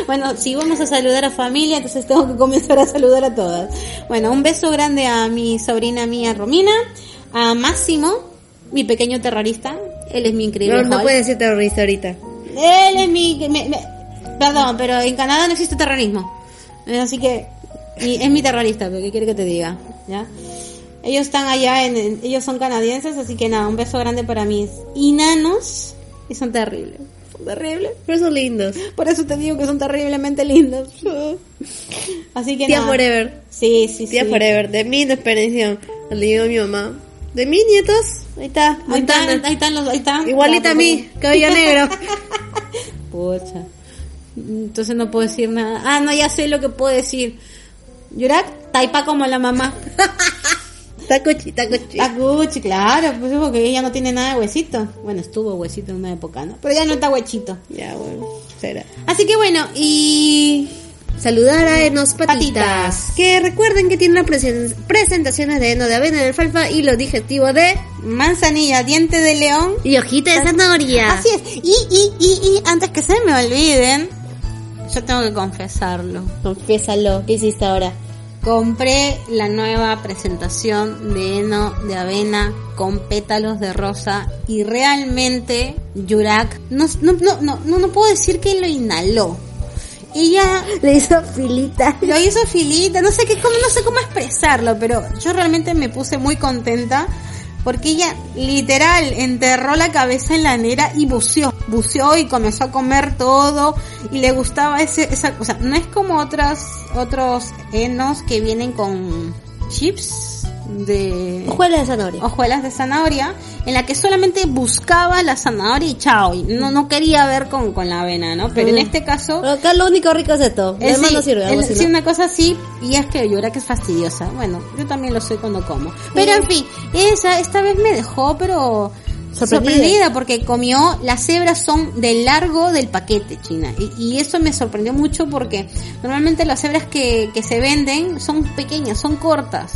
S1: Bueno, si vamos a saludar a familia, entonces tengo que comenzar a saludar a todas. Bueno, un beso grande a mi sobrina mía Romina, a Máximo, mi pequeño terrorista. Él es mi increíble.
S2: No, no
S1: Hulk.
S2: puede ser terrorista ahorita.
S1: Él es mi... me- me- perdón, pero en Canadá no existe terrorismo. Eh, Así que y es mi terrorista, pero ¿qué quiere que te diga? ¿Ya? Ellos están allá, en, en- ellos son canadienses, así que nada, un beso grande para mis inanos. Y son terribles. Son terribles.
S2: Pero son lindos.
S1: Por eso te digo que son terriblemente lindos. Así que
S2: Tía
S1: nada.
S2: Forever.
S1: Sí, sí,
S2: Tía
S1: sí.
S2: Forever. De mi despensión. Le digo a mi mamá. De mis nietos. Ahí está.
S1: Ahí están,
S2: Montana.
S1: ahí están los, ahí están.
S2: Igualita
S1: Ya,
S2: a mí.
S1: pues,
S2: Cabello negro.
S1: Pucha. Entonces no puedo decir nada. Ah, no, ya sé lo que puedo decir. Yurak, taipa como la mamá.
S2: Tacochi, tacochi.
S1: La Gucci, claro, pues porque ella no tiene nada de huesito. Bueno, estuvo huesito en una época, ¿no? Pero ya no está huechito.
S2: Ya, bueno. Será.
S1: Así que bueno, y...
S2: Saludar a Enos Patitas.
S1: Patitas.
S2: Que recuerden que tiene las presen- presentaciones de heno de avena de alfalfa y los digestivos de.
S1: Manzanilla, diente de león.
S2: Y hojita de zanahoria.
S1: Así es. Y, y, y, y, antes que se me olviden, yo tengo que confesarlo.
S2: Confiésalo. ¿Qué hiciste ahora?
S1: Compré la nueva presentación de heno de avena con pétalos de rosa y realmente Yurak no, no, no, no, no, no puedo decir que lo inhaló. Ella
S2: Le hizo filita.
S1: lo hizo filita, no sé qué, cómo, no sé cómo expresarlo, pero yo realmente me puse muy contenta porque ella literal enterró la cabeza en la nera y buceó, buceó y comenzó a comer todo y le gustaba ese, esa, o sea, no es como otras, otros enos que vienen con chips de
S2: Juela de zanahoria.
S1: hojuelas de zanahoria en la que solamente buscaba la zanahoria y chao, y no, no quería ver con, con la avena, ¿no? Pero en
S2: Ujú.
S1: este caso...
S2: Pero acá lo único rico es esto.
S1: Eh,
S2: Además
S1: sí,
S2: no sirve. algo
S1: el-
S2: así,
S1: sí,
S2: ¿no?
S1: una cosa así, y es que yo era que es fastidiosa. Bueno, yo también lo soy cuando como. Pero en fin, esa, esta vez me dejó, pero
S2: Sorprendida.
S1: sorprendida, porque comió, las cebras son del largo del paquete, China. Y, y eso me sorprendió mucho porque normalmente las cebras que, que se venden son pequeñas, son cortas.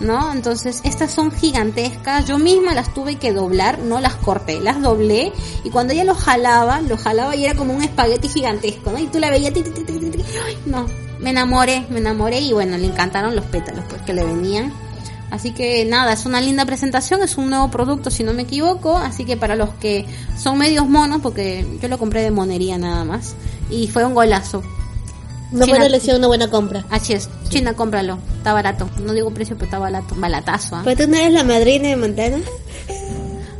S1: ¿No? Entonces, estas son gigantescas. Yo misma las tuve que doblar, no las corté, las doblé. Y cuando ella lo jalaba, lo jalaba y era como un espagueti gigantesco, ¿no? Y tú la veías, ti, ti, ti, ti, ti, ti. Ay, no, me enamoré, me enamoré y bueno, le encantaron los pétalos pues que le venían. Así que nada, es una linda presentación, es un nuevo producto si no me equivoco, así que para los que son medios monos, porque yo lo compré de monería nada más, y fue un golazo.
S2: No
S1: sí,
S2: fue una
S1: la-
S2: elección, una buena compra.
S1: Así es, China, cómpralo, está barato, no digo precio, pero está barato, balatazo. ¿ah?
S2: ¿Pero tú no eres la madrina de Montana?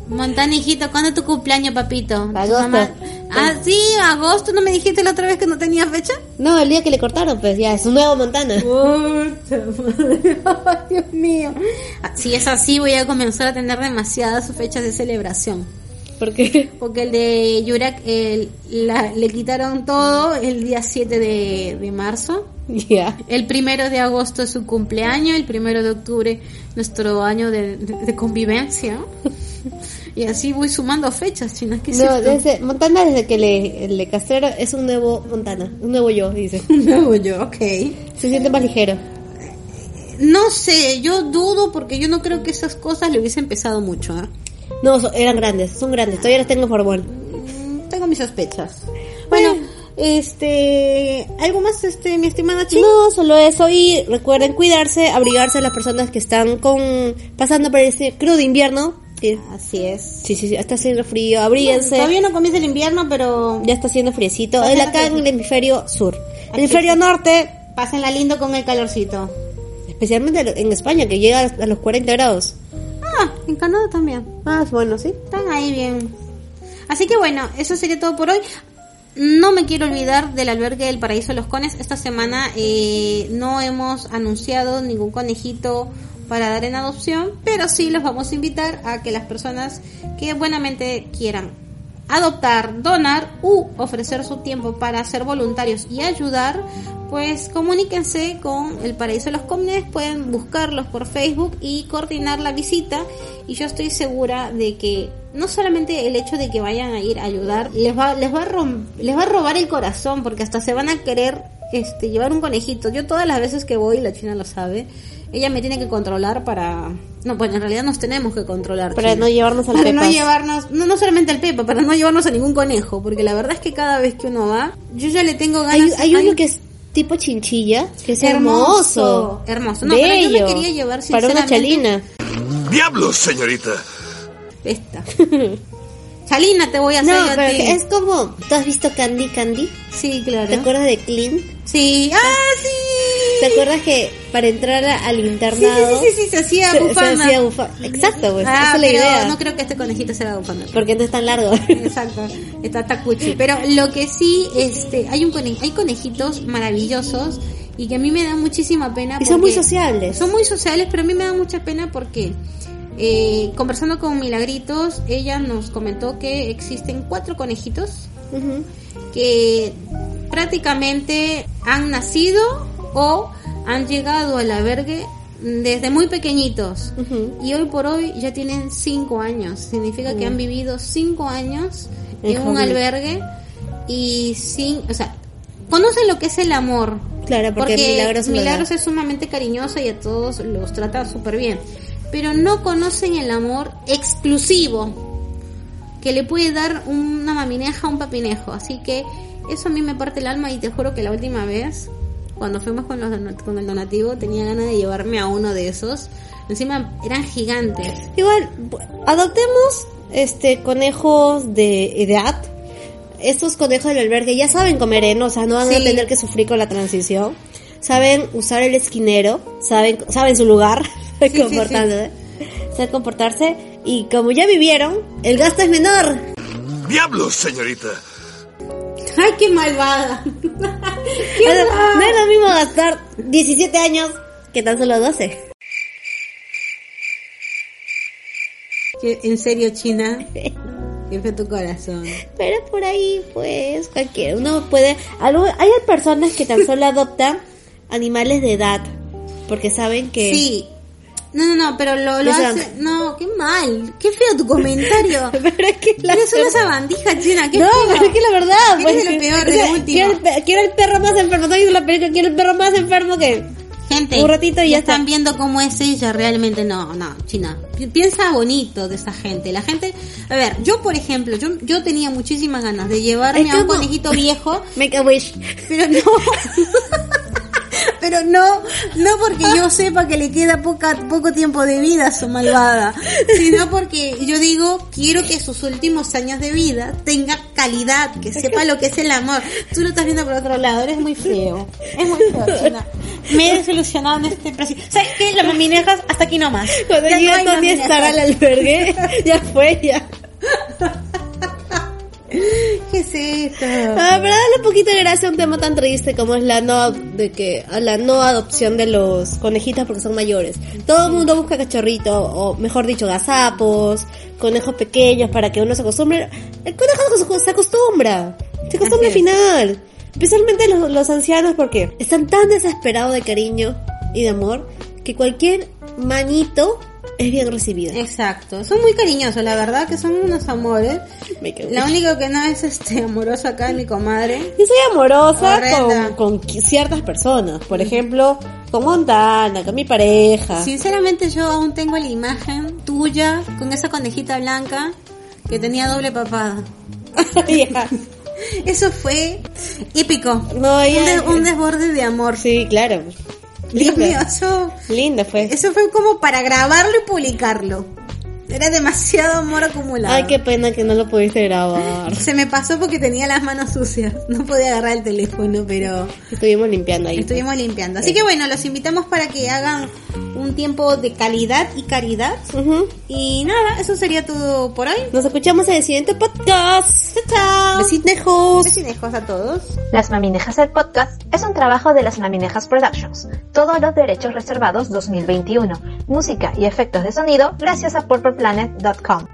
S1: Montana, hijito, ¿cuándo es tu cumpleaños, papito? Tu
S2: Agosto.
S1: mamá- Ah, sí, agosto, ¿no me dijiste la otra vez que no tenía fecha?
S2: No, el día que le cortaron, pues ya, es un nuevo Montana.
S1: Puta madre, ay, Dios mío. Ah, Si es así, voy a comenzar a tener demasiadas fechas de celebración.
S2: Porque
S1: Porque el de Yurak el- la- le quitaron todo el día 7 de, de marzo.
S2: ya.
S1: El primero de agosto es su cumpleaños, el primero de octubre nuestro año de, de- de convivencia. Y así voy sumando fechas, chinas. ¿Qué es
S2: No,
S1: esto?
S2: desde Montana desde que le, le castraron es un nuevo Montana, un nuevo yo, dice.
S1: No, yo, ok.
S2: Se siente más ligero.
S1: No sé, yo dudo porque yo no creo que esas cosas le hubiesen pesado mucho. ¿ah?
S2: No, so- eran grandes, son grandes, todavía las tengo en formol.
S1: Mm, Tengo mis sospechas. Bueno, este. ¿Algo más, este, mi estimada chica?
S2: No, solo eso y recuerden cuidarse, abrigarse las personas que están con pasando por ese crudo invierno. Sí,
S1: Así es.
S2: sí, sí, sí, está haciendo frío, abríguense.
S1: Todavía no comienza el invierno, pero
S2: Ya está haciendo friecito.
S1: Está
S2: Es
S1: haciendo
S2: acá en el hemisferio sur. El
S1: Aquí
S2: hemisferio norte,
S1: pásenla lindo con el calorcito.
S2: especialmente en España, que llega a los 40 grados.
S1: Ah, en Canadá también.
S2: Más bueno, sí.
S1: Están ahí bien. Así que bueno, eso sería todo por hoy. No me quiero olvidar del albergue del Paraíso de los Cones. Esta semana eh, no hemos anunciado ningún conejito para dar en adopción, pero sí los vamos a invitar a que las personas que buenamente quieran adoptar, donar u ofrecer su tiempo para ser voluntarios y ayudar, pues comuníquense con el Paraíso de los Comunes, pueden buscarlos por Facebook y coordinar la visita y yo estoy segura de que no solamente el hecho de que vayan a ir a ayudar les va les va a rom- les va a robar el corazón porque hasta se van a querer este llevar un conejito. Yo todas las veces que voy, la china lo sabe, ella me tiene que controlar para no, bueno, en realidad nos tenemos que controlar
S2: Para
S1: China.
S2: no llevarnos al
S1: Para no
S2: Pepas.
S1: llevarnos, no, no solamente al Pepa, para no llevarnos a ningún conejo, porque la verdad es que cada vez que uno va, yo ya le tengo
S2: Hay,
S1: ganas.
S2: hay
S1: ay,
S2: uno que es tipo chinchilla, que es hermoso.
S1: Hermoso, hermoso. No, pero yo me quería llevar,
S2: Para una chalina.
S1: sinceramente,
S4: Diablos, señorita.
S1: Esta. Chalina te voy a hacer
S2: No,
S1: yo a
S2: pero
S1: ti.
S2: que es como... ¿Tú has visto Candy Candy?
S1: Sí, claro.
S2: ¿Te acuerdas de Clint?
S1: Sí. ¡Ah, sí!
S2: ¿Te acuerdas que para entrar a- al
S1: Sí,
S2: internado...
S1: sí, sí, sí, se hacía
S2: se- se
S1: bufanda.
S2: hacía bufa- Exacto, pues.
S1: Ah,
S2: esa es la
S1: pero
S2: idea.
S1: no creo que este conejito sea bufanda.
S2: Porque no es tan largo.
S1: Exacto, está Takuchi. Pero lo que sí, este, hay un cone- hay conejitos maravillosos y que a mí me da muchísima pena.
S2: y son muy
S1: Ah, porque-
S2: sociables.
S1: Son muy sociales, pero a mí me da mucha pena porque eh, conversando con Milagritos, ella nos comentó que existen cuatro conejitos
S2: Ujú.
S1: que prácticamente han nacido o han llegado al albergue desde muy pequeñitos.
S2: Ujú.
S1: Y hoy por hoy ya tienen cinco años. Significa que han vivido cinco años
S2: En
S1: en, un
S2: familia.
S1: albergue y sin, o sea, conocen lo que es el amor.
S2: Claro, porque Milagros lo da.
S1: Milagros es sumamente cariñosa y a todos los trata súper bien. Pero no conocen el amor exclusivo que le puede dar una mamineja a un papinejo. Así que eso a mí me parte el alma y te juro que la última vez cuando fuimos con, los, dono- con el donativo, tenía ganas de llevarme a uno de esos. Encima eran gigantes.
S2: Igual, bu- adoptemos este conejos de edad. Estos conejos del albergue ya saben comer, ¿eh? No, o sea, no van a
S1: Sí.
S2: tener que sufrir con la transición. Saben usar el esquinero, saben, saben su lugar,
S1: sí,
S2: comportándose, saben comportarse. Y como ya vivieron, el gasto es menor.
S4: ¡Diablos, señorita!
S1: ¡Ay, qué malvada!
S2: O sea, no es lo mismo gastar 17 años que tan solo 12.
S1: Que- en serio, China, que fue tu corazón.
S2: Pero por ahí, pues, cualquiera. Uno puede. algo- hay personas que tan solo adoptan animales de edad. Porque saben que.
S1: Sí. No, no, no, pero lo, lo
S2: Eso.
S1: hace... No, qué mal. Qué feo tu comentario.
S2: Pero es que la.
S1: Eres una sabandija, China. Qué
S2: no,
S1: feo.
S2: pero es que la verdad.
S1: Eres de
S2: pues,
S1: lo peor, de
S2: o sea,
S1: lo último.
S2: Quiero el, pe- quiero el perro más enfermo. No he visto la película. Quiero el perro más enfermo que.
S1: Gente,
S2: Un ratito y ya está.
S1: están viendo cómo es ella realmente. No, no, China. Pi- Piensa bonito de esa gente. La gente, a ver, yo por ejemplo, yo, yo tenía muchísimas ganas de llevarme
S2: Es que
S1: a un
S2: no-
S1: conejito viejo,
S2: Make a wish.
S1: pero no. Pero no, no porque yo sepa que le queda poca, poco tiempo de vida a su malvada, sino porque yo digo, quiero que sus últimos años de vida tenga calidad, que sepa lo que es el amor. Tú lo estás viendo por otro lado, eres muy feo. Es muy feo, China. Me he desilusionado en este precio. ¿Sabes qué? Las maminejas hasta aquí nomás.
S2: Cuando
S1: Ya no
S2: llega
S1: hay
S2: Tony
S1: maminejas.
S2: estará al albergue. ya fue, ya.
S1: ¿Qué es esto?
S2: Ah, pero dale un poquito de gracia a un tema tan triste como es la no de que a la no adopción de los conejitos porque son mayores. Todo el mundo busca cachorrito o mejor dicho gazapos, conejos pequeños para que uno se acostumbre. El conejo se- se acostumbra, se acostumbra
S1: Así
S2: al
S1: es.
S2: final. Especialmente los, los ancianos porque están tan desesperados de cariño y de amor que cualquier manito es bien recibida.
S1: Exacto, son muy cariñosos, la verdad que son unos amores.
S2: Me quedo-
S1: La única que no es este amoroso acá es mi comadre.
S2: Yo soy amorosa
S1: Horrenda.
S2: con, con ciertas personas. Por ejemplo, con Montana, con mi pareja.
S1: Sinceramente yo aún tengo la imagen tuya con esa conejita blanca que tenía doble papada.
S2: Ya.
S1: Eso fue épico.
S2: No,
S1: Un,
S2: ella-
S1: de- un desborde de amor.
S2: Sí, claro.
S1: Dios mío,
S2: Linda.
S1: eso,
S2: Linda fue.
S1: eso fue como para grabarlo y publicarlo. Era demasiado amor acumulado.
S2: Ay, qué pena que no lo pudiste grabar.
S1: Se me pasó porque tenía las manos sucias. No podía agarrar el teléfono, pero
S2: Estuvimos limpiando ahí.
S1: estuvimos limpiando. Así que bueno, los invitamos para que hagan un tiempo de calidad y caridad.
S2: Ujú.
S1: Y nada, eso sería todo por hoy.
S2: Nos escuchamos en el siguiente podcast.
S1: Chao, chao.
S2: Besinejos.
S1: Besinejos a todos.
S3: Las Maminejas el podcast es un trabajo de Las Maminejas Productions. Todos los derechos reservados 2021. Música y efectos de sonido gracias a purpleplanet.com.